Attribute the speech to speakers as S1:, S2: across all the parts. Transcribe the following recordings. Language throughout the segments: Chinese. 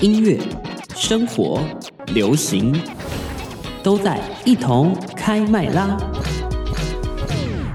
S1: 音乐、生活、流行，都在一同开麦啦！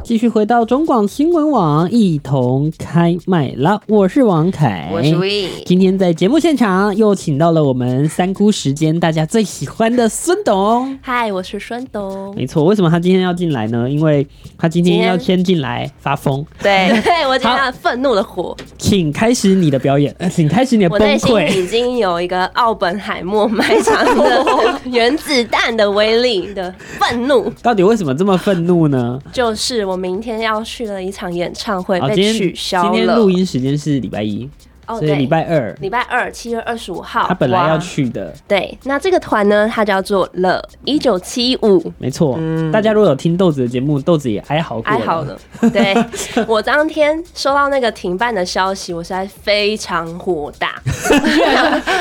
S1: 继续回到中广新闻网，一同开麦啦！我是王凯，
S2: 我是 We，
S1: 今天在节目现场又请到了我们三姑时间大家最喜欢的孙董。
S2: 嗨，我是孙董。
S1: 没错，为什么他今天要进来呢？因为他今
S2: 今
S1: 天
S2: 天
S1: 要先进来发疯，
S2: 对， 对我今天很愤怒的火，
S1: 请开始你的表演，呃请开始你的
S2: 我
S1: 崩
S2: 内心
S1: 溃。
S2: 已经有一个奥本海默埋藏 的原子弹的威力的愤怒，
S1: 到底为什么这么愤怒呢？
S2: 就是我明天要去的一场演唱会
S1: 好，
S2: 被
S1: 今天
S2: 呃取消
S1: 今天
S2: 了
S1: 录。音时间是礼拜一，
S2: 哦，
S1: 所以
S2: 对，
S1: 礼拜二
S2: 礼拜二，七月二十五号，
S1: 他本来要
S2: 哇。
S1: 去的，
S2: 对，那这个团呢，它叫做了一九七五。
S1: 没错。大家如果有听豆子的节目，豆子也哀嚎过
S2: 哀嚎了。对 我当天收到那个停办的消息，我实在非常火 大。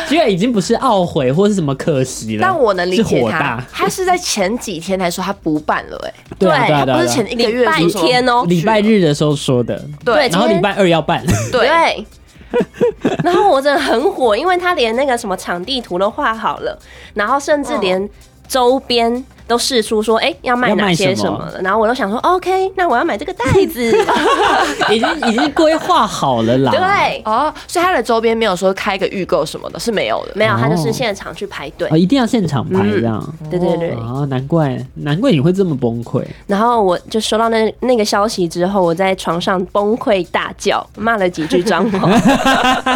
S1: 居然已经不是懊悔或是什么可惜了，
S3: 但我能
S1: 嗯
S3: 理
S1: 是
S3: 解
S1: 火
S3: 他
S2: 嗯
S1: 大，。
S3: 他是在前几天才说他不办了、哎，
S1: 对啊
S2: 对
S1: 对啊对啊
S3: 不是
S1: 对啊
S3: 前一个月
S2: 礼拜天哦
S1: 礼拜日的时候说的，
S3: 对
S1: 然后
S2: 今天
S1: 礼拜二要 办，
S3: 对
S2: 对。然后我真的很火，因为他连那个什么场地图都画好了，然后甚至连周边都试出说，哎、要卖
S1: 要卖
S2: 哪些
S1: 什
S2: 什
S1: 么
S2: 么了。然后我都想说，OK，那哦我要买这个袋子。
S1: 已经已经规划好了啦。
S2: 对，
S3: 哦，所以他的周边没有说开个预购什么的，是没有的。
S2: 没有，他就
S1: 哦
S2: 是现场去排队
S1: 哦，。一定要现场拍这样。
S2: 嗯对对对。
S1: 哦，难怪难怪你会这么崩溃，
S2: 然后我就收到那那个消息之后，我在床上崩溃大叫，骂了几句脏话。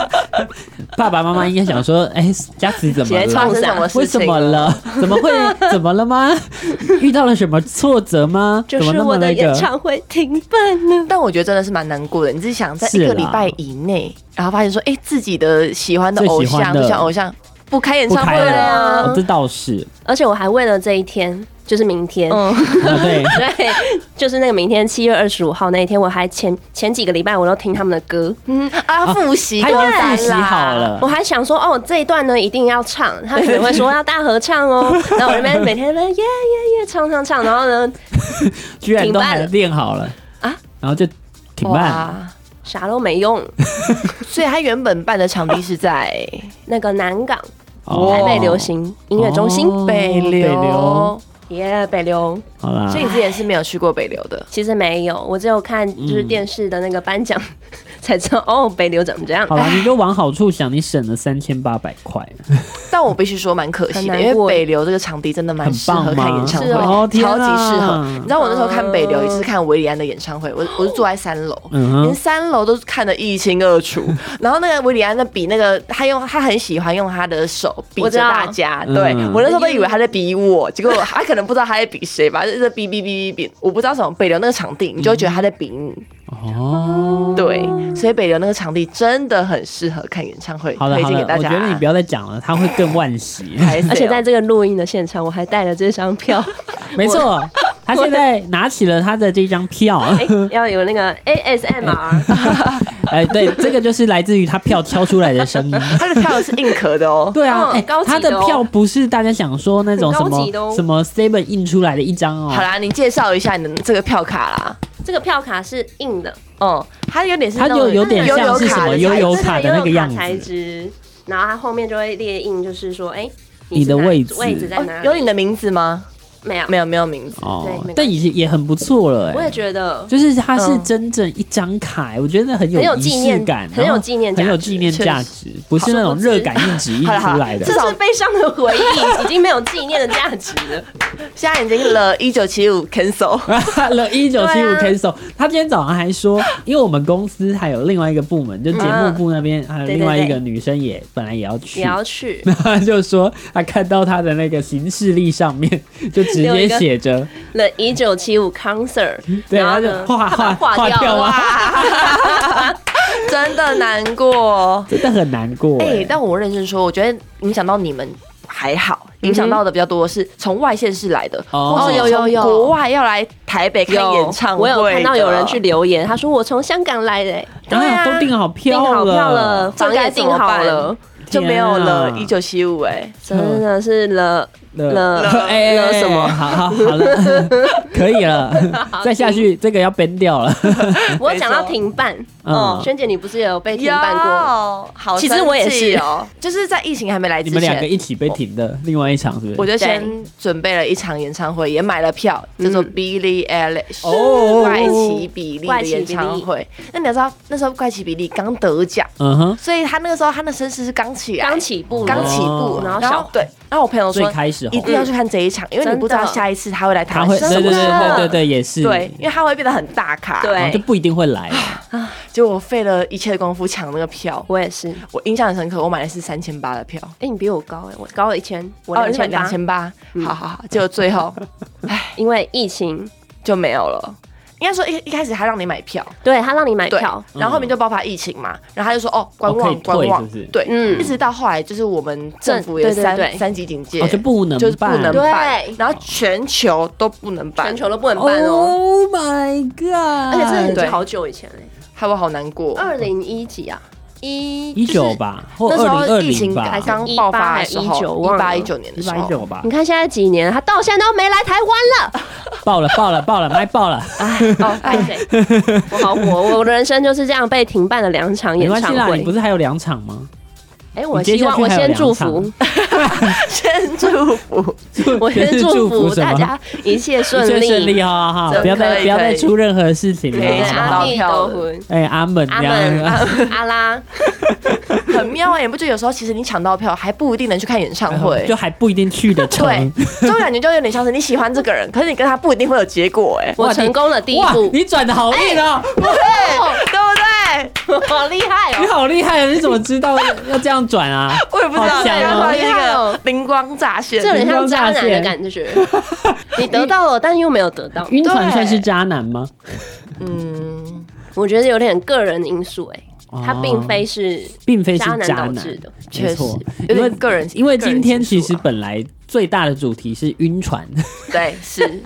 S1: 爸爸妈妈应该想说，哎、佳慈怎么
S2: 姐姐
S1: 了
S2: 创？
S3: 发生什么
S1: 为
S3: 事
S1: 什
S3: 情？啊
S1: 么了？怎么 会？怎么了吗？遇到了什么挫折吗？
S2: 就
S1: 怎么
S2: 是
S1: 那么
S2: 我的
S1: 那
S2: 演
S1: 个？
S2: 唱会停办了。
S3: 但我觉得真的是蛮难过的。你自己想，在一
S1: 是啦
S3: 个礼拜以内，然后发现说，哎、自己的喜欢的
S1: 最
S3: 偶
S1: 喜欢
S3: 像，
S1: 的
S3: 就像偶像不开演
S1: 不
S3: 唱会
S1: 开
S3: 了呀。
S1: 了，
S2: 啊
S1: 哦、这倒是，
S2: 而且我还为了这一天，就是明天，
S3: 嗯，
S1: 啊、 对，
S2: 对，就是那个明天七月二十五号那一天，我还前前几个礼拜我都听他们的歌，
S3: 嗯啊，复习，
S1: 他已
S3: 当
S1: 经
S3: 然
S1: 复习
S3: 啦
S1: 好。了
S2: 我。还想说哦这一段呢一定要唱，他们可能会说要大合唱 哦，然后我那边每天呢耶耶耶唱唱唱，然后呢
S1: 居然都
S2: 停办
S1: 还
S2: 了
S1: 练好了
S2: 啊，
S1: 然后就停办。
S3: 哇，
S2: 啥都没用，
S3: 所以他原本办的场地是在
S1: 嗯
S2: 那个南 港
S1: 哦
S2: 台北流行音乐中心
S1: 哦
S3: 北流，
S1: 北流
S2: 耶北流，
S1: 好啦
S3: 所以，你之前是没有去过北流的。
S2: 其实没有，我只有看就是
S1: 嗯
S2: 电视的那个颁奖 才知道哦北流长这样
S1: 好，啦，你就往好处想，你省了三千八百块，
S3: 但我必须说蛮可惜的，
S2: 很难
S3: 因为
S2: 过
S3: 北流这个场地真的蛮适合
S1: 很棒吗
S3: 看演唱会，
S2: 是
S1: 哦
S3: 超级
S1: 天啊
S3: 适合。你知道我那时
S2: 嗯
S3: 候看北流也是看维里安的演唱会，我我是坐在三楼。
S1: 嗯
S3: 连
S1: 哼，
S3: 三楼都看得一清 二楚，然后那个维里安的比那个他用他很喜欢用他的手比
S2: 我知
S3: 着
S2: 道
S3: 大家，
S1: 嗯
S3: 对我那时候都以为他在比我，结果他可能不知道他在比谁吧，就是比比比比比，我不知道什么北流那个场地，你就会觉得他在比
S1: 嗯
S3: 你，
S1: 哦，
S3: 对，所以北流那个场地真的很适合看演唱会，
S1: 好了
S3: 推
S1: 好
S3: 荐
S1: 了
S3: 给，大
S1: 我
S3: 家。啊
S1: 觉得你不要再讲了，他会更惋惜。
S3: 还是
S2: 而且
S3: 哦
S2: 在这个录音的现场，我还带了这张 票。
S1: 没错，他现在拿起了他的这张 票，
S2: 哎、要有那个 ASMR，
S1: 哎，对，这个就是来自于他票敲出来的声音。。
S3: 他的票是硬壳的哦
S1: 对啊，
S2: 嗯
S1: 哎
S2: 高级的
S1: 他
S2: 哦
S1: 的票不是大家想说那种什
S2: 很高级的
S1: 么
S2: 哦
S1: 什么 seven 印出来的一张哦
S3: 好，啦，你介绍一下你的这个票卡啦。
S2: 这个票卡是硬的，
S3: 嗯，它有点是
S1: 它
S3: 那
S1: 就
S3: 种
S1: 有点
S3: 悠
S1: 像
S3: 悠
S1: 是什
S3: 卡
S1: 么
S3: 的
S1: 悠
S3: 材
S1: 悠
S3: 质
S1: 卡的那个样
S2: 这
S1: 子
S2: 是悠游卡材质，然后它后面就会列印，就是说，哎、
S1: 你的
S2: 是哪
S1: 位置
S2: 位置在哪
S3: 哦
S2: 里？
S3: 有你的名字吗？
S2: 没有？
S3: 没有，没有名字。
S2: 对没
S1: 哦
S2: 关系，
S1: 但也也很不错了，
S2: 我也
S1: 哎，
S2: 觉得，
S1: 就是它是
S3: 嗯
S1: 真正一张卡，欸我觉得很有
S2: 很有
S1: 仪
S2: 纪
S1: 式
S2: 念
S1: 感，
S2: 很有
S1: 然后
S2: 纪念
S1: 很
S2: 价
S1: 有
S2: 值
S1: 纪念
S3: 确
S1: 价值，不是那种热感应纸印
S3: 好了好
S1: 出
S3: 了
S1: 来的
S2: 这。是悲伤的回忆，已经没有纪念的价值了。
S3: 现在已经了一九七五 cancel，
S1: 了一九七五
S2: 对啊
S1: cancel，他今天早上还说，因为我们公司还有另外一个部门，就节目部那边还有
S2: 嗯对
S1: 另外一
S2: 对
S1: 个女生也本来也要去
S2: 也，要去，
S1: 然后 他就说他看到他的那个行事历上面 就直
S2: 有
S1: 接
S2: 一个
S1: 写着，
S2: 了一九七五 concert，
S1: 对，
S2: 然
S1: 他
S2: 后
S1: 就
S2: 呢，
S1: 画
S2: 他把
S1: 画
S2: 它
S1: 画
S2: 掉啊
S1: 掉
S2: 了，
S1: 啊，
S3: 真的难过。哦
S1: 真的很难过。
S3: 哎、
S1: 哎
S3: 但我认真说，我觉得影响到你们还好，影响到的比较多的是从外县市来的，
S1: 嗯哦
S3: 或是
S2: 有有有
S3: 国外要来台北看
S2: 有
S3: 演唱
S2: 我
S3: 会的，
S2: 有看到有人去留言，他说我从香港来的、欸，
S1: 啊，都订好
S2: 订
S1: 票
S2: 好票了，
S1: 了，
S2: 房也订好了，
S3: 就没有了。一
S1: 天啊
S3: 九七五，哎，
S1: 嗯
S2: 真的是了了
S1: 了 哎
S2: 了什么
S1: 好好好 了，可以了，再下去这个要崩掉 了。
S2: 我讲到停办，
S1: 嗯
S2: 哦，萱姐你不是也有被停
S3: 有
S2: 办过？
S3: 好生
S2: 其
S3: 气哦，
S2: 实我也是
S3: 就是在疫情还没来
S1: 你
S3: 之
S1: 们两个
S3: 前，
S1: 一起被停的，另外一场是不是？
S3: 我
S2: 哦
S3: 就先
S2: 对
S3: 准备了一场演唱会，也买了票，叫做
S2: 嗯
S3: Billie Eilish，
S1: 哦
S3: 怪奇比利
S2: 怪
S3: 的
S2: 奇比利
S3: 演唱会。那你要知道，那时候怪奇比利刚得奖，
S1: 嗯哼，
S3: 所以他那个时候他的声势是刚起来，
S2: 刚起步，
S3: 刚起
S1: 哦
S3: 步，
S2: 然后
S3: 然
S2: 小
S3: 后对，然后我朋友
S1: 最
S3: 说
S1: 开始
S3: 一
S1: 红，
S3: 定要去看这一场，因为你不知道
S2: 真的
S3: 下一次他会来台
S1: 他
S3: 湾
S1: 会，
S3: 是
S1: 对
S3: 什
S1: 对
S3: 么
S1: 对
S3: 时
S1: 对
S3: 候
S1: 对对，也是，
S3: 对，因为他会变得很大咖，
S2: 对啊
S1: 然后就不一定会来。
S3: 结果我费了一切的功夫抢那个票，
S2: 我也是，
S3: 我印象很深刻，我买的是三千八的票，
S2: 哎，你比我高哎，我高了一千，我
S3: 哦，
S2: 两
S3: 你买
S2: 千八
S3: 两，千八，
S2: 嗯
S3: 好好好，结果最后
S2: 因为疫情，
S3: 就没有了。应该说一一开始他让你买票，
S2: 对他让你买
S3: 对
S2: 票，，
S1: 嗯
S3: 然后后面就爆发疫情嘛，然后他就说哦观
S1: 哦可以
S3: 望
S1: 退
S3: 观望
S1: 是不是，
S3: 对，
S2: 嗯
S3: 一直到后来就是我们政府也
S2: 政对对
S3: 三
S2: 对
S3: 三级警戒
S1: 哦，，就不能
S3: 就是不
S1: 办
S3: 能
S2: 对
S3: 办，然后全球都不能办
S2: 全，球都不能办哦，
S1: Oh my god！
S2: 而且这已
S3: 对
S2: 经好久以前欸嘞，
S3: 害我好难过。
S2: 二零一几啊，一
S1: 一九，吧，或
S3: 那时
S1: 哦二零
S3: 候
S1: 二
S3: 疫情
S1: 零吧，
S3: 才刚爆发的时
S2: 18还19
S3: 候，
S2: 忘
S3: 一
S2: 了
S3: 八一九年的
S1: 一
S3: 时
S1: 八一
S3: 候，
S1: 九吧
S2: 你，看现在几年，他到现在都没来台湾了，
S1: 爆了爆了爆了，麦爆了，
S2: 哦，哎，对 我好火，我的人生就是这样被停办了两场
S1: 没
S2: 演
S1: 关系
S2: 唱
S1: 啦，你
S2: 会
S1: 不，是还有两场吗？
S2: 哎，我
S1: 你接
S2: 希
S1: 下
S2: 望
S1: 去
S2: 我
S1: 还有
S2: 先
S1: 两
S2: 祝
S1: 场
S2: 福。
S3: 先祝福，
S2: 我先祝福大家一切顺
S1: 一切
S2: 利，
S1: 顺利哈哈，
S3: 真
S1: 不要
S3: 可
S1: 再
S3: 以
S1: 不要
S3: 可
S1: 再
S3: 以
S1: 出任何事情
S3: 可以
S2: 对
S3: 想
S1: 了。
S2: 阿
S3: 哎到
S2: 弥
S3: 票
S2: 陀
S3: 了
S2: 佛，
S1: 哎，阿门，
S2: 阿
S1: 这
S2: 门，
S1: 样
S2: 阿 阿拉，
S3: 很妙哎、你不觉得有时候其实你抢到票还不一定能去看演唱 会？
S1: 就还不一定去得成。
S3: 对，这种感觉就有点像是你喜欢这个人，可是你跟他不一定会有结果哎、
S2: 我成功了第一
S1: 哇
S2: 步，，
S1: 你转的好硬哦，
S3: 哎 对不对？
S2: 好厉害
S1: 你
S2: 哦！
S1: 好厉害啊！你怎么知道要 这样转啊？
S3: 我也不知道，
S1: 好强
S3: 然
S1: 哦
S3: 后
S2: 好
S3: 突然
S2: 厉
S3: 间一
S2: 害哦
S3: 个灵光乍现，
S2: 这有点像渣男
S1: 灵光
S2: 的
S1: 乍现
S2: 感觉，你得到了，但又没有得到，
S1: 晕船
S3: 对
S1: 算是渣男吗？
S3: 嗯，
S2: 我觉得有点个人因素哎
S1: 哦，
S2: 他并非是
S1: 并非是渣
S2: 渣男导
S1: 男
S2: 致的，
S1: 没
S3: 确实
S1: 错，
S3: 有
S1: 因为
S3: 点个人，
S1: 因为
S3: 个人
S1: 今天其
S3: 情愫
S1: 实
S3: 啊
S1: 本来最大的主题是晕船，
S3: 对是，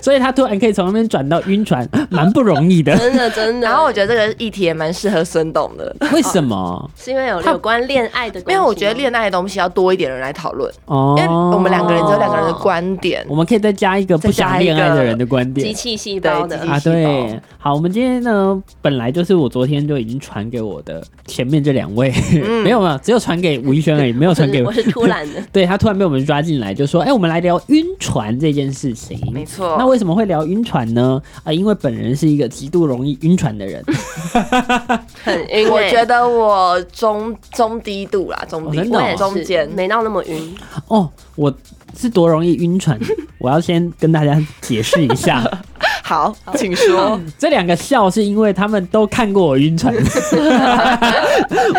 S1: 所以他突然可以从那边转到晕船，蛮不容易
S3: 呃
S1: 的。
S2: 真的真的。
S3: 然后我觉得这个议题也蛮适合孙董的，
S1: 为什么？
S2: 是因为有
S3: 他
S2: 有关恋爱的关系吗，
S3: 因为我觉得恋爱的东西要多一点人来讨论，
S1: 哦
S3: 因为我们两个人只有两个人的观点
S1: 我，们可以再加一个不想恋爱的人的观
S2: 机
S1: 点
S2: 器细胞的
S3: 对机器
S1: 啊。对，好，我们今天呢，本来就是我昨天就已经传给我的前面这两位， 没有没有，只有传给吴一轩而已，没有传给
S2: 我是我是突然的，
S1: 对他突然被我们抓进来，就说：“哎、我们来聊晕船这件事情。”
S3: 没错
S1: 那为什么会聊晕船呢？啊、因为本人是一个极度容易晕船的人。
S2: 很 晕欸，
S3: 我觉得我中中低度啦，中低
S1: 哦真
S3: 度
S1: 的
S2: 我也是
S3: 中间
S2: 没到那么晕，
S1: 哦，我是多容易晕船，我要先跟大家解释一下，
S3: 好，请说。
S1: 这两个笑是因为他们都看过我晕船。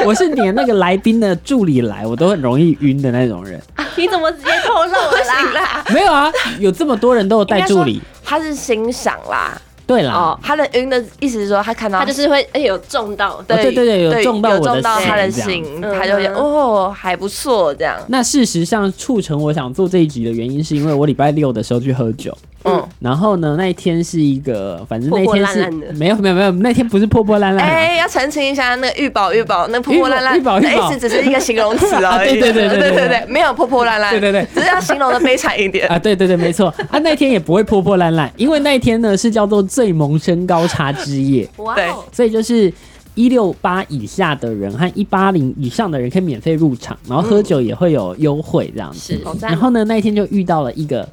S1: 我是连那个来宾的助理来，我都很容易晕的那种人。
S2: 你怎么直接透露了 啦？
S1: 没有啊，有这么多人都有带助
S3: 应
S1: 理啊
S3: 该。说他是欣赏啦，
S1: 对啦，
S3: 哦，他的晕的意思是说他看到
S2: 他就是会哎有中到，
S1: 哦对对对有中到我
S3: 有
S1: 的
S3: 中到他的
S1: 心这样
S3: 心，
S2: 嗯
S3: 他就觉得哦还不错这样，
S1: 那事实上，促成我想做这一集的原因，是因为我礼拜六的时候去喝酒，
S3: 嗯，
S1: 然后呢，那一天是一个，反正那一
S2: 破破
S1: 天
S2: 烂
S1: 是
S2: 烂的
S1: 没有没有没有，那天不是破破烂烂、啊。
S3: 哎，要澄清一下，那个玉宝玉宝，那破破烂烂，
S1: 玉宝玉宝
S3: 哎是只是一个形容词
S1: 啊
S3: 而
S1: 对
S3: 已，
S1: 对对对
S3: 对
S1: 对
S3: 对对，没有破破烂烂，
S1: 对对对
S3: 只是要形容的悲惨一点，
S1: 啊，对对对，没错啊，那一天也不会破破烂烂，因为那一天呢是叫做最萌身高差之夜，
S2: 哇
S3: 对
S2: 哦，
S1: 所以就是一六八以下的人和一八零以上的人可以免费入场，然后喝酒也会有优惠这样子。
S2: 是，好赞
S1: 然后呢，那一天就遇到了一个，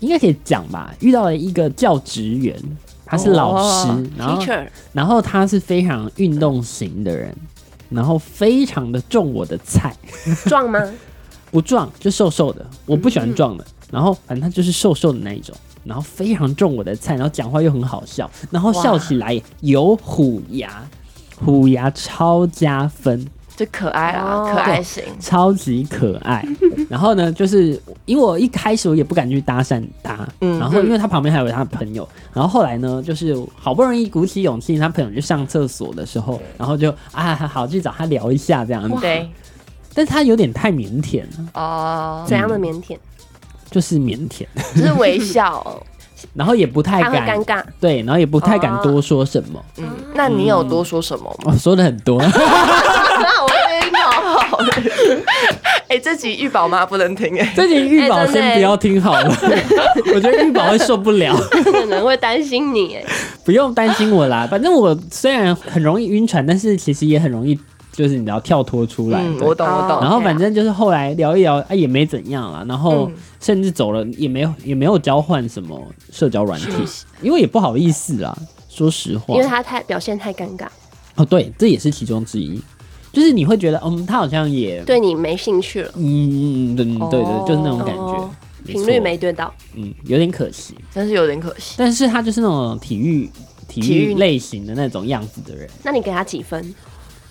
S1: 应该可以讲吧，遇到了一个教职员，他是老师，
S3: 哦
S1: 然后
S2: teacher
S1: 然后他是非常运动型的人，然后非常的中我的菜，
S2: 壮吗？
S1: 不壮就瘦瘦的，我不喜欢壮的。然后反正他就是瘦瘦的那一种，然后非常中我的菜，然后讲话又很好笑，然后笑起来有虎牙，虎牙超加分，
S3: 就可爱
S2: 哦
S3: 啊，可爱型，
S1: 超级可爱。然后呢，就是因为我一开始我也不敢去搭讪他，
S3: 嗯
S1: 然后因为他旁边还有他的朋友，然后后来呢，就是好不容易鼓起勇气，他朋友去上厕所的时候，然后就啊好去找他聊一下这样子，
S3: 对，
S1: 但是他有点太腼腆了，
S3: 哦，
S2: 怎样的腼腆？
S1: 就是腼腆，
S3: 就是微笑，
S1: 然后也不太
S2: 他会
S1: 敢
S2: 尴尬，
S1: 对，然后也不太敢
S2: 哦
S1: 多说什么，哦
S3: 嗯，那你有多说什么
S1: 我、
S3: 吗？
S1: 说的很多。
S2: 那我晕哦，
S3: 的。哎、这集玉宝妈不能听哎、
S1: 这集玉宝
S2: 哎真的
S1: 先不要听好了，
S2: 哎
S1: 我觉得玉宝会受不了。
S2: 可能会担心你哎。
S1: 不用担心我啦，反正我虽然很容易晕船，但是其实也很容易，就是你知道跳脱出来。
S3: 嗯，
S1: 对
S3: 我懂我
S2: 哦
S1: 然
S3: 懂。
S1: 后
S2: OK 啊
S1: 反正就是后来聊一聊，啊也没怎样啦。然后
S3: 嗯
S1: 甚至走了也没有也没有交换什么社交软体，因为也不好意思啦。说实话，
S2: 因为他太表现太尴尬，
S1: 哦对，这也是其中之一，就是你会觉得嗯，他好像也
S2: 对你没兴趣了，
S1: 嗯嗯嗯对对对，
S3: 哦
S1: 就是那种感觉
S2: 哦，
S1: 错
S2: 频率没对到，
S1: 嗯有点可惜，
S3: 真是有点可惜。
S1: 但是他就是那种体育体
S3: 体
S1: 育
S3: 育
S1: 类型的那种样子的人。
S2: 那你给他几分？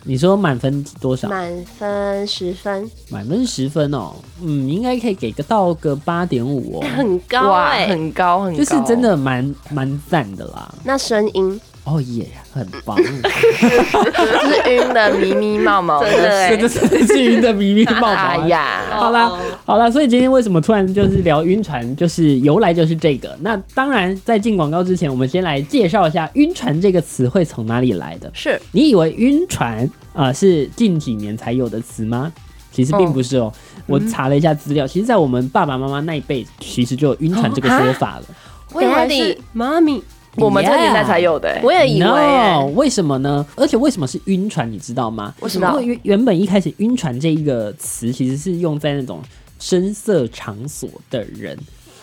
S1: 你说满分多少？
S2: 满分十分，
S1: 满分十分哦，嗯，应该可以给个到个八点 五哦，
S2: 很高
S3: 哇，
S2: 哎、
S3: 很高很高，
S1: 就是真的蛮蛮赞的啦。
S2: 那声音
S1: 哦耶，很 棒，
S3: 就是晕的迷迷毛毛
S2: 真的
S3: 的。
S2: 哎、
S1: 这就是至于的迷迷冒冒。
S3: 哎呀，
S1: 好啦
S2: 哦，
S1: 好啦，所以今天为什么突然就是聊晕船，就是由来就是这个。那当然，在进广告之前，我们先来介绍一下“晕船”这个词汇从哪里来的。
S2: 是
S1: 你以为晕船啊、呃是近几年才有的词吗？其实并不是哦，我查了一下资料，其实，在我们爸爸妈妈那一辈，其实就有晕船这个说法了。
S3: 我以为是
S2: daddy 妈咪，
S3: 我们这个年代才有的哎。
S2: 我也以为、
S1: no，
S2: 欸，
S1: 为什么呢？而且为什么是晕船？你知道吗？
S3: 我知
S1: 因
S3: 道
S1: 为原原本一开始“晕船”这一个词其实是用在那种声色场所的人，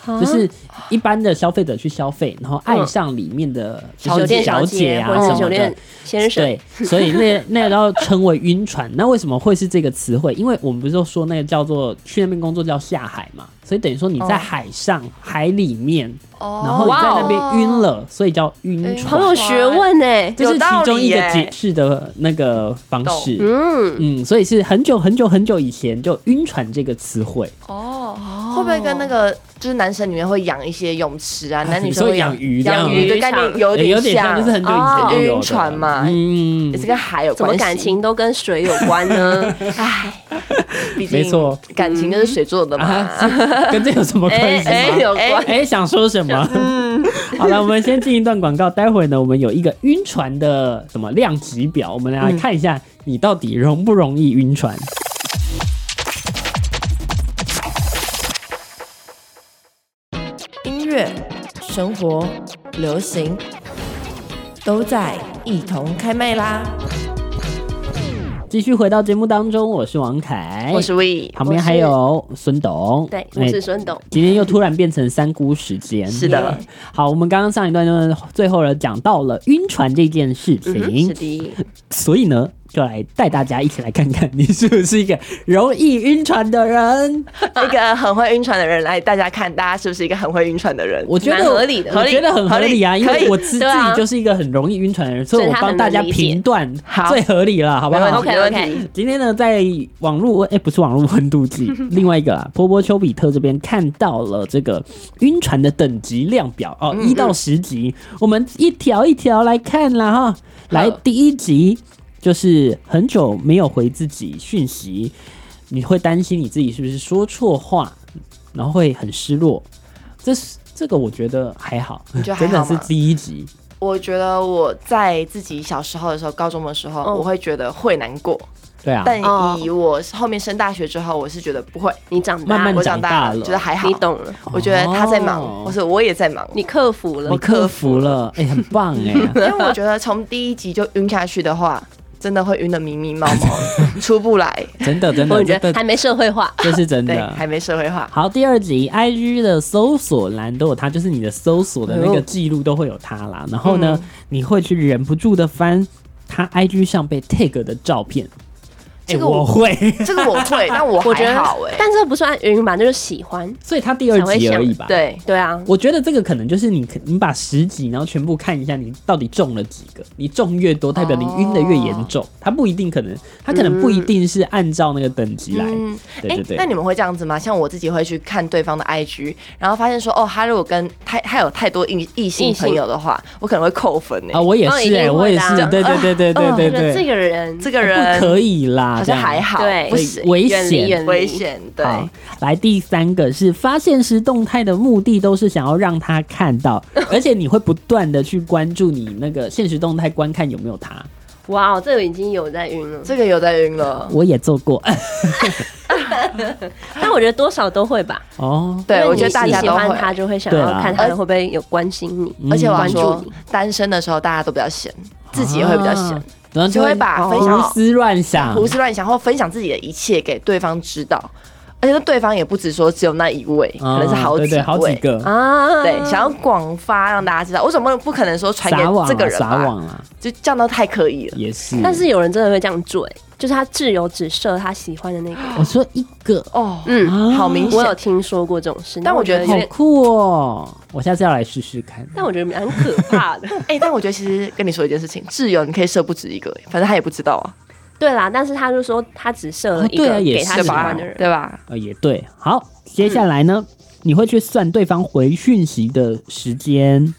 S2: 哦啊
S1: 就是一般的消费者去消费，然后爱上里面的就
S2: 酒
S1: 是
S2: 店
S1: 小姐
S2: 姐
S1: 啊
S2: 或者
S1: 什
S2: 是
S1: 么
S2: 酒
S1: 的
S2: 店。先生，
S1: 对，所以那那要称为晕船。那为什么会是这个词汇？因为我们不是都说那个叫做去那边工作叫下海嘛，所以等于说你在海上、海里面，然后你在那边晕了，所以叫晕
S3: 哦哎
S1: 船。
S2: 好有学问哎、
S1: 这是其中一个
S3: 有道理耶
S1: 解释的那个方式。
S2: 嗯，
S1: 嗯，所以是很久很久很久以前就“晕船”这个词汇，
S3: 哦，会不会跟那个就是男生里面会养一些泳池啊，男女生会
S1: 哦你说养鱼这样
S3: 养鱼的概念有
S1: 有
S3: 点
S1: 像，就是很久以前就有的
S3: 哦晕船嘛
S1: 嗯
S3: 也，是跟海有
S2: 怎
S3: 关
S2: 么
S3: 系，
S2: 感情都跟水有关呢？ 唉，
S3: 毕竟
S1: 没错，
S3: 感情就是水做的嘛。
S1: 啊，是跟这有什么关系吗？
S2: 哎哎有嗯关
S1: 哎想说什么？ 好了，我们先进一段广告，待会呢，我们有一个晕船的什么量级表，我们来看一下你到底容不容易晕船。
S3: 音乐、生活、流行都在一同开麦啦！
S1: 继续回到节目当中，我是王凯，
S3: 我是 We，
S1: 旁边还有孙董，
S2: 对，我
S1: 哎
S2: 是孙董，
S1: 今天又突然变成三姑时间，
S3: 是的。
S1: 好，我们刚刚上一段呢，最后呢讲到了晕船这件事
S2: 嗯
S1: 情，
S3: 是的，
S1: 所以呢，就来带大家一起来看看你是不是一个容易晕船的人。
S3: 一个很会晕船的人来，大家看，大家是不是一个很会晕船的人？
S1: 我觉得
S2: 蛮合理的
S1: 我觉得很合理啊，
S3: 合理
S1: 因
S3: 可
S1: 为
S3: 以
S1: 我自自
S2: 对啊
S1: 己就是一个很容易晕船的人，所以
S2: 所以
S1: 我
S2: 他
S1: 帮
S2: 很
S1: 大家
S2: 能理解
S1: 评断
S3: 好
S1: 最合理了，好不
S3: 没
S1: 好
S3: 问题，没问
S2: OK，OK
S3: 题。
S1: 今天呢，在网络哎、不是网络温度计，另外一个啊，波波丘比特这边看到了这个晕船的等级量表哦，一到十级，我们一条一条来看啦哈。来，第一集就是很久没有回自己讯息，你会担心你自己是不是说错话，然后会很失落。这是这个我觉得还好，
S3: 觉得还
S1: 真的
S3: 好
S1: 是
S3: 吗
S1: 第一集。
S3: 我觉得我在自己小时候的时候，高中的时候，
S2: 嗯
S3: 我会觉得会难过，
S1: 对啊，
S3: 但
S2: 哦
S3: 以我后面升大学之后，我是觉得不会。
S2: 你长大，
S1: 慢慢
S3: 我
S1: 长
S3: 长
S1: 大
S3: 大
S1: 了
S3: 觉得还好。
S2: 你懂了，
S3: 我觉得他在
S1: 哦
S3: 忙，或是我也在忙。
S2: 你克服了
S1: 你，克服了，哎、很棒哎、
S3: 因为我觉得从第一集就晕下去的话，真的会晕的迷迷毛毛，出不来。
S1: 真的真的，
S2: 我觉
S1: 这
S2: 得还没社会 化，
S1: 这是真
S3: 对，
S1: 的。
S3: 还没社会化。
S1: 好，第二集 I G 的搜索栏都有它，就是你的搜索的那
S3: 哦
S1: 个记录都会有它啦。然后
S3: 嗯
S1: 呢，你会去忍不住的翻它 I G 上被 tag 的照片。哎、
S3: 这个我
S1: 我会，
S3: 这个我会，但我
S2: 我觉
S3: 还
S2: 得
S3: 好，哎。
S2: 但这不算晕吧，就是喜欢，
S1: 所以它第二集而已吧。，
S3: 对，
S2: 对啊，
S1: 我觉得这个可能就是你可，你把十集然后全部看一下，你到底中了几个？你中越多，代表你晕的越严
S3: 哦
S1: 重。它不一定可能，它可能不一定是按照那个等级来。
S3: 嗯，
S1: 对
S3: 哎
S1: 对对。
S3: 那你们会这样子吗？像我自己会去看对方的 IG，然后发现说，哦，他如果跟他他有太多异异性
S2: 异性
S3: 朋友的话，我可能会扣分
S1: 啊，
S3: 哎。
S1: 我也
S2: 哦一
S1: 是、
S2: 定
S1: 哎，
S2: 会
S1: 我也
S2: 的啊
S1: 是，对对对对对对
S2: 觉
S1: 对，
S2: 得这个人，
S3: 这个人
S1: 不可以啦，
S3: 好
S1: 这
S3: 像
S1: 样
S3: 还好，
S2: 对
S1: 所
S3: 不
S1: 以
S3: 行，
S1: 危
S2: 远离
S1: 险
S2: 远。
S3: 危险，对。
S1: 好，来第三个是发现时动态的目的都是想要让他 看到，而且你会不断的去关注你那个现实动态观看有没有他，
S2: 哇哦，这个已经有在晕了，
S3: 这个有在晕了。
S1: 我也做 过
S2: 但我觉得多少都会吧。
S1: 哦，
S3: 对，
S2: 因为
S3: 我觉得
S2: 你
S3: 大家
S2: 你喜
S3: 都
S2: 欢
S3: 会。
S2: 他，就会想
S1: 对啊嗯
S2: 要
S1: 啦
S2: 看他会不会有关心你。
S3: 而且我要
S2: 关注
S3: 说
S2: 你，
S3: 单身的时候大家都比较闲，自己也会比较闲
S1: 啊，，哦然后
S3: 就会把分
S1: 胡
S3: 享
S1: 思乱想，
S3: 胡思乱想或分享自己的一切给对方知道，而且对方也不只说只有那一位，
S1: 啊
S3: 可能是好
S1: 对
S3: 几
S1: 对好几
S3: 位。
S1: 个，
S2: 啊，
S3: 对，想要广发让大家知道，我怎么不可能说传
S1: 撒
S3: 给
S1: 网
S3: 这个
S1: 啊，
S3: 人
S1: 撒
S3: 吧？
S1: 网啊，
S3: 就这样都太刻意了。
S1: 也是。
S2: 但是有人真的会这样做、欸，就是他自由只射他喜欢的那个。
S1: 我说一个，
S3: 哦，
S2: 嗯，
S1: 啊
S3: 好明
S2: 我有
S3: 显，
S2: 听说过这种事，
S3: 但我觉得
S1: 好
S2: 有点，
S1: 酷哦！我下次要来试试看。
S2: 但我觉得蛮可怕 的。
S3: 哎、但我觉得其实跟你说一件事情，挚友你可以射不止一个，反正他也不知道啊，
S2: 对啦，但是他就说他只射了
S1: 哦
S2: 一
S1: 对
S2: 个
S1: 啊也
S2: 给
S1: 是
S2: 他
S3: 对
S2: 喜
S3: 吧
S2: 欢的？人，
S3: 对吧？
S1: 呃，也对。好，接下来呢，你会去算对方回讯息的时间，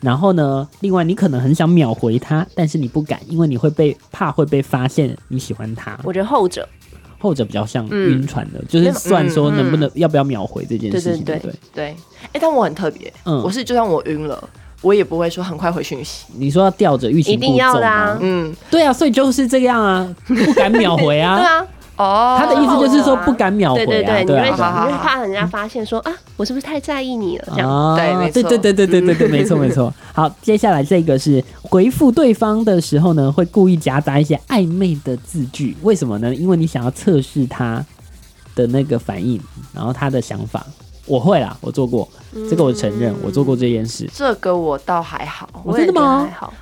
S1: 然后呢，另外你可能很想秒回他，但是你不敢，因为你会被怕会被发现你喜欢他，
S2: 我觉得后者
S1: 后者比较像
S2: 嗯
S1: 晕船的，就是算说能不能、要不要秒回这件事情，
S2: 对
S1: 不
S2: 对
S3: 对，哎、但我很特别，
S1: 嗯
S3: 我是就算我晕了，我也不会说很快回讯息，
S1: 你说要吊着欲擒
S2: 一
S1: 故纵
S2: 定要的
S1: 吗
S2: 啊，
S3: 嗯，
S1: 对啊，所以就是这样啊，不敢秒回啊。
S2: 对啊，
S3: 哦，
S1: 他的意思就是说不敢秒回
S2: 对
S1: 啊，
S2: 对对，你
S1: 对啊
S2: 会你
S3: 好好好
S2: 会怕人家发现说啊，我是不是太在意你了这样？
S1: 啊
S3: 对没
S1: 对
S3: 错
S1: 对对对对对对，没错没错。好，接下来这个是回复对方的时候呢，会故意夹杂一些暧昧的字句，为什么呢？因为你想要测试他的那个反应，然后他的想法。我会啦，我做过，这个我承认，我做过这件事。
S3: 这个我倒还好，
S1: 我
S3: 我
S1: 哦真的
S3: 也觉得
S1: 吗
S3: 还好。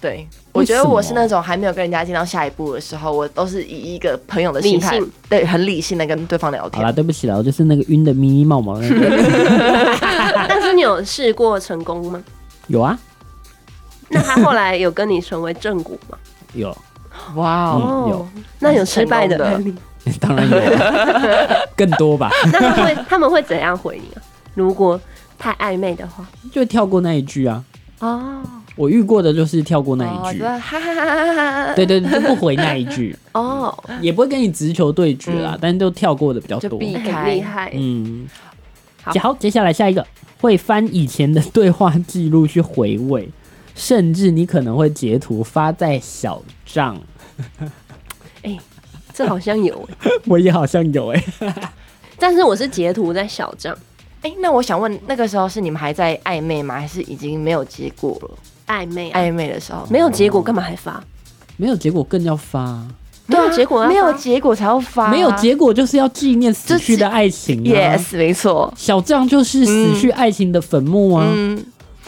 S3: 对，
S1: 为
S3: 我觉
S1: 什
S3: 得
S1: 么
S3: 我是那种还没有跟人家进到下一步的时候，我都是以一个朋友的心态
S2: 理性，
S3: 对，很理性的跟对方聊
S1: 好
S3: 天
S1: 啦，。对不起啦，我就是那个晕的咪咪冒毛那个。
S2: 但是你有试过成功 吗？
S1: 有啊，
S2: 那他后来有跟你成为正果吗？
S1: 有，
S3: 哇
S1: 嗯
S3: 哦，
S1: 有，
S2: 那有失败的
S3: 成
S2: 案
S3: 功
S2: 例？
S1: 当然有啊，更多吧，
S2: 那他们会他们会怎样回你啊？如果太暧昧的话，
S1: 就跳过那一句啊。
S2: 哦
S1: 我遇过的就是跳过那
S3: 哦
S1: 一，句，
S3: 真的哈哈哈哈哈哈，
S1: 对对，就不回那一句。
S2: 哦，
S1: 也不会跟你直球对决啦，但是都跳过的比较
S3: 就
S1: 多。
S3: 避
S2: 很
S3: 开
S2: 厉害，
S1: 嗯，
S2: 好
S1: 好，接下来下一个会翻以前的对话记录去回味，甚至你可能会截图发在小账。
S2: 这好像有欸，
S1: 我也好像有哎、
S2: 但是我是截图在小账
S3: 哎，那我想问，那个时候是你们还在暧昧吗？还是已经没有结果了？
S2: 暧昧
S1: 哎
S2: 啊，
S3: 暧昧的时候，
S2: 没有结果干嘛还发？
S1: 没有结果更要发啊，
S2: 没有结果要发
S3: 没有结果才要发，
S1: 没有结果啊就是要纪念死去的爱情、啊。
S3: ，yes，没错，
S1: 小账就是死去爱情的坟墓啊。
S3: 嗯，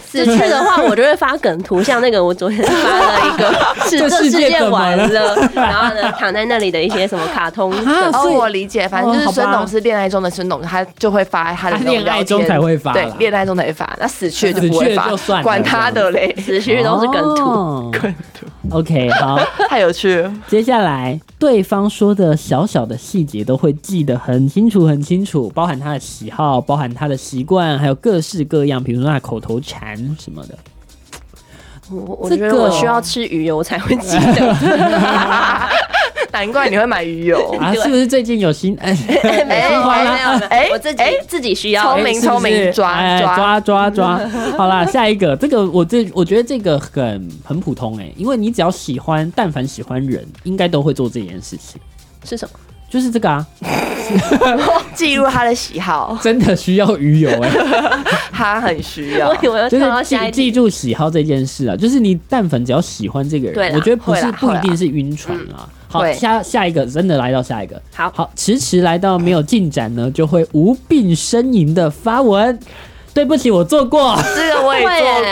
S2: 死去的话，我就会发梗图，像那个我昨天发了一 个是
S1: 这
S2: 这
S1: 世
S2: 世
S1: 界
S2: 界
S1: 怎么
S2: 完
S1: 了
S2: 了，然后呢躺在那里的一些什么卡通梗，
S1: 啊
S3: 哦，
S1: 所以
S3: 我理解，反正就
S1: 哦好
S3: 是
S1: 吧
S3: 孙董是恋爱中的孙董，他就会发他的那种
S1: 他恋爱
S3: 聊天
S1: 中才会发啦
S3: 对，恋爱中才会发，那死去的就不
S1: 死去
S3: 会
S1: 的
S3: 发，
S1: 就算了
S3: 管他的嘞，
S2: 死去都是梗图，
S1: 哦、梗图。OK，好，
S3: 太有趣了。
S1: 接下来，对方说的小小的细节都会记得很清楚、很清楚，包含他的喜好，包含他的习惯，还有各式各样，比如说他的口头禅什么的。
S2: 我我
S1: 这
S2: 觉得我
S1: 个
S2: 需要吃鱼油才会记 得，
S3: 难怪你会买鱼油，
S1: 啊，
S2: 对
S1: 是不是最近有新？哎，
S2: 没有没有没有，
S3: 哎
S2: 我自己
S3: 哎
S2: 自己需要，
S3: 聪明
S1: 是不是
S3: 聪明抓
S1: 哎
S3: 抓
S1: 抓抓抓。好啦，下一个，这个我这我觉得这个很很普通哎、因为你只要喜欢，但凡喜欢人，应该都会做这件事情，
S2: 哎是什么？
S1: 就是这个啊，
S3: 记录他的喜好，
S1: 真的需要鱼油哎、
S3: 他很需 要
S2: 我。以为要
S1: 就
S2: 跳
S1: 是
S2: 到
S1: 记
S2: 下一
S1: 记
S2: 集。
S1: 住喜好这件事啊，就是你但凡只要喜欢这个
S2: 对
S1: 人，
S2: 啦
S1: 我觉得不
S3: 会
S1: 是
S3: 啦
S1: 不
S3: 会
S1: 一
S3: 啦嗯
S1: 定是晕船啊。好，
S3: 会
S1: 下下一个真的来到下一个，
S2: 好
S1: 好，迟迟来到没有进展呢，就会无病呻吟的发文。对不起，我做过，
S3: 这个我也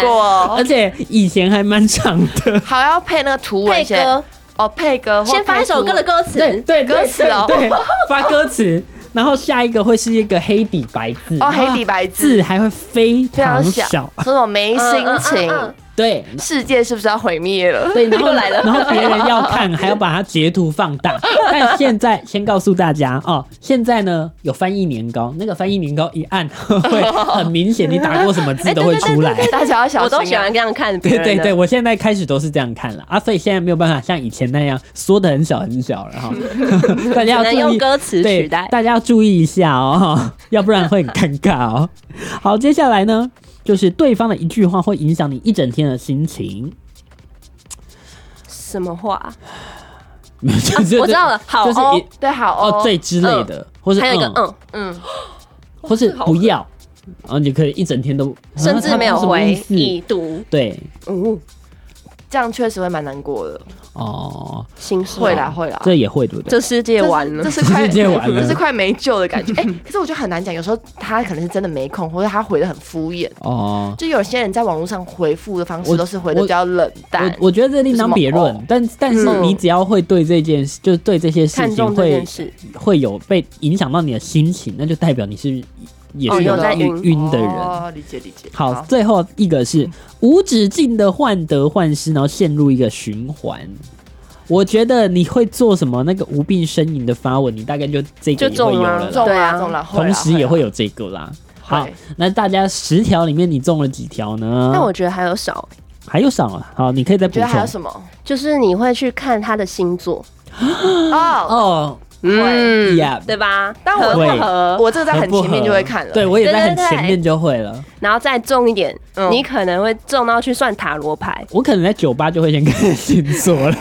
S3: 做过，
S1: 而且以前还蛮长的。
S3: 好要配那个图文
S2: 配
S3: 先
S2: 歌，
S3: 哦，配歌，
S2: 先发一首歌的
S3: 歌，
S2: 歌词，
S1: 对对，对
S3: 歌词哦
S1: 对，对发歌词，然后下一个会是一个黑底白字，
S3: 哦，
S1: 然后
S3: 黑底白
S1: 字
S3: 字，啊
S1: 还会非
S3: 非常
S1: 常
S3: 小，说什么没心
S2: 嗯嗯嗯
S3: 情，
S1: 对，
S3: 世界是不是要毁灭 了？
S1: 对，然后
S2: 又来了
S1: 然后别人要 看，还要把它截图放大。但现在先告诉大家哦，现在呢有翻译年糕，那个翻译年糕一按会很明显，你打过什么
S2: 哎
S1: 字都会出来。
S3: 大家要小心啊，
S2: 我都喜欢这样看别
S1: 对
S2: 人
S1: 对
S2: 的
S1: 对，我现在开始都是这样看了啊，所以现在没有办法像以前那样缩的很小很小了 哈。大家要
S2: 只能
S1: 注意
S2: 用歌词
S1: 对
S2: 取代。
S1: 大家要注意一下哦，要不然会很尴尬哦。好，接下来呢，就是对方的一句话会影响你一整天的心情。
S2: 什么话？
S1: 没有就是
S2: 啊我知道了好
S1: 就是
S2: 哦
S1: 一
S3: 对，好
S1: 哦最
S3: 对，
S1: 之类的，或是
S2: 还有一个
S1: 嗯，
S2: 嗯嗯，
S1: 或是
S2: 哦这好
S1: 不要，然后你可以一整天都
S2: 甚至没有回。
S1: 啊他他什么意
S2: 已
S1: 思
S2: 读，
S1: 对，
S2: 嗯，
S3: 这样确实会蛮难过的。
S1: 哦，
S2: 心碎
S3: 会啦，，会啦，
S1: 这也会对不对？
S2: 这世界
S3: 这是
S2: 完了
S3: 这。是快
S1: 世界完了
S3: 这是快没救 的感觉。哎，可是我觉得很难讲，有时候他可能是真的没空，或者他回的很敷衍。
S1: 哦，
S3: 就有些人在网络上回复的方式
S1: 我
S3: 都是回的比较冷淡
S1: 我，我觉得这另当别
S3: 就是什
S1: 论
S3: 么，
S1: 但但是
S2: 嗯
S1: 你只要会对这件事，就是对这些事
S2: 看
S1: 情
S2: 重这
S1: 会
S2: 件事，
S1: 会有被影响到你的心情，那就代表你是也
S2: 哦
S1: 是
S2: 有
S1: 有
S2: 在
S1: 晕
S2: 晕
S1: 晕的人。
S3: 哦，理解理解。
S1: 好，最后一个是
S3: 嗯
S1: 无止境的患得患失，然后陷入一个循环。我觉得你会做什么那个无病呻吟的发文，你大概就这个也
S2: 就
S1: 会
S2: 中
S1: 有
S2: 啊
S1: 了啦，
S3: 中
S2: 对啊
S3: 了中了，
S1: 同时也会
S3: 有。
S1: 有这个啦。
S3: 会
S1: 好，那大家十条里面你中了几条呢？
S2: 但我觉得还有少，
S1: 还有少了，好，你可以再补
S3: 觉得还有
S1: 充。
S3: 什么？
S2: 就是你会去看他的星座，
S3: 哦，
S1: 哦，
S2: 嗯
S1: 呀
S2: 对吧？
S3: 但我
S1: 会
S2: 合不合，
S3: 我这个在很前面就会看了。
S1: 对，我也在很
S2: 对对对
S1: 前面就会了。
S2: 然后再重一点，
S3: 嗯
S2: 你可能会重到去算塔罗牌。
S1: 我可能在酒吧就会 先看星座了，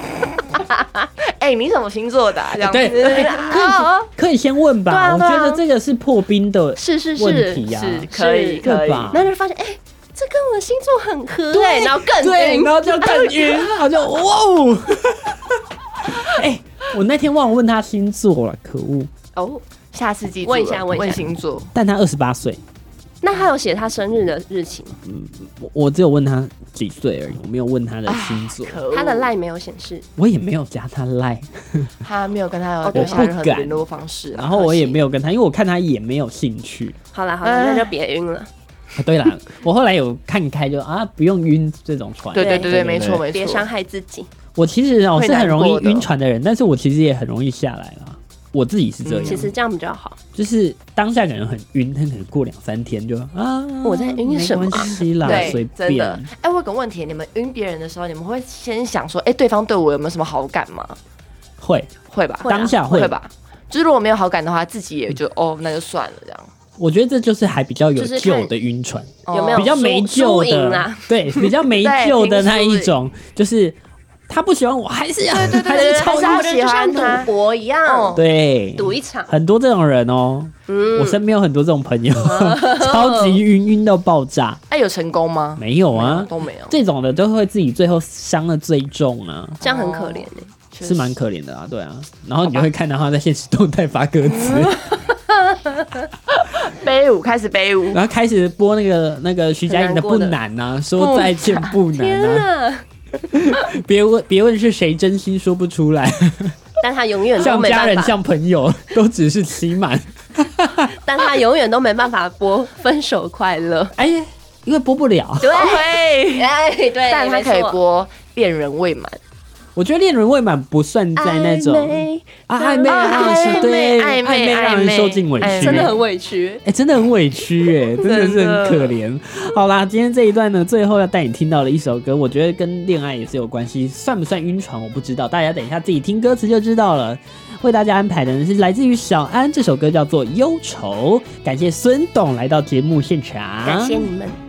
S3: 哎，你什么星座的啊？这样
S1: 呃对
S3: 子，哦，
S1: 可以先问吧。
S2: 对啊
S1: 我
S2: 对啊
S1: 觉得这个是破冰的
S2: 是是
S1: 问
S2: 是，
S1: 题啊呀、
S3: 是 可以
S2: 是
S3: 可
S1: 对
S3: 以。
S1: 吧
S2: 然后就发现，哎、这跟我的星座很合、
S1: 对
S2: 哎，然后更
S1: 对，
S2: 晕
S1: 然后就更晕，然后就哇哦！ 哎、我那天忘了问他星座了，可恶！
S3: 哦，下次记住了
S2: 问一下问一下
S3: 星座。
S1: 但他二十八岁，
S2: 那他有写他生日的日期吗？
S1: 我我只有问他几岁而已，我没有问他的呃星座，
S3: 啊可恶
S2: 他的 line 没有显示，
S1: 我也没有加他 line，
S3: 他没有跟他有
S2: 我
S3: 留下
S1: 不
S3: 任何
S1: 敢
S3: 联络方式啊，
S1: 然后我也没
S3: 有
S1: 有跟他，因为我看他也没有兴趣。
S2: 好啦好啦，
S3: 哎
S2: 那就别晕了，
S1: 啊对啦，我后来有看开就啊，不用晕这种船。
S3: 对对对对，
S1: 对对
S3: 没错
S1: 对
S3: 没
S2: 别伤
S3: 错。
S2: 害自己。
S1: 我其实我
S3: 会
S1: 是很容
S3: 难过
S1: 易
S3: 的
S1: 晕船的人，但是我其实也很容易下来啦。我自己是这样，
S3: 嗯
S2: 其实这样比较好。
S1: 就是当下可能很晕，但可能过两三天就啊，
S2: 我在晕什么啊
S1: 没关系啦，随
S3: 对，真的
S1: 便。。
S3: 哎，我有个问题，你们晕别人的时候，你们会先想说，哎，对方对我有没有什么好感吗？
S1: 会
S3: 会吧？
S2: 会啊
S1: 当下会
S3: 会？吧？就是如果没有好感的话，自己也就哦，那就算了这样。
S1: 我觉得这就是还比较有
S2: 就是看
S1: 救的晕船，
S3: 哦
S2: 有没有
S1: 比较没救
S2: 输赢啊
S1: 的
S2: 啦，
S1: 对，比较没
S3: 啊 对
S1: 救的
S3: 拼
S1: 那一
S3: 输赢
S1: 种，就是他不喜欢我，还是要
S3: 对对
S1: 还是超
S3: 还是
S1: 越
S3: 要
S2: 我
S1: 我的
S2: 觉得
S3: 喜
S2: 就像
S3: 欢
S2: 赌
S3: 他
S2: 博一样，
S1: 对，
S2: 哦赌一场。
S1: 很多这种人哦，
S3: 嗯
S1: 我身边有很多这种朋 友，超级晕晕到爆炸，
S3: 哎，有成功吗？
S1: 没有啊，
S3: 都没有，
S1: 这种的都会自己最后伤的最重啊。
S2: 这样很可怜哎、
S3: 确
S1: 是蛮
S3: 实
S1: 可怜的啊，对啊，然后你就会看到他在现实动态发歌词，
S3: 悲舞，开始悲舞。
S1: 然后开始播那个那个徐佳莹的《不
S2: 很难过的
S1: 难》呐，说再见不难
S2: 天
S1: 啊，
S2: 哪！
S1: 别问别问是谁，真心说不出来，
S2: 但他永远都
S1: 像
S2: 没
S1: 家
S2: 办
S1: 人
S2: 法，
S1: 像朋友都只是期满，
S2: 但他永远都没办法播《分手快乐》。
S1: 哎呀，因为播不了。
S2: 对，
S3: 哦 对，
S2: 哎，对，
S3: 但他
S2: 没
S3: 可以
S2: 错
S3: 播恋人未满，
S1: 我觉得恋人未满不算在那
S2: 暧
S1: 种
S2: 昧
S1: 啊暧昧让人
S3: 暧昧
S1: 受对
S3: 暧昧
S1: 让人受尽委
S3: 暧昧
S1: 屈，
S2: 真的很委屈。
S1: 哎、真的很委屈哎、真的是很可怜。好啦，今天这一段呢，最后要带你听到的一首歌，我觉得跟恋爱也是有关系，算不算晕船我不知道，大家等一下自己听歌词就知道了。为大家安排的呢是来自于小安这首歌叫做《忧愁》，感谢孙董来到节目现场，
S2: 感谢你们。
S4: 「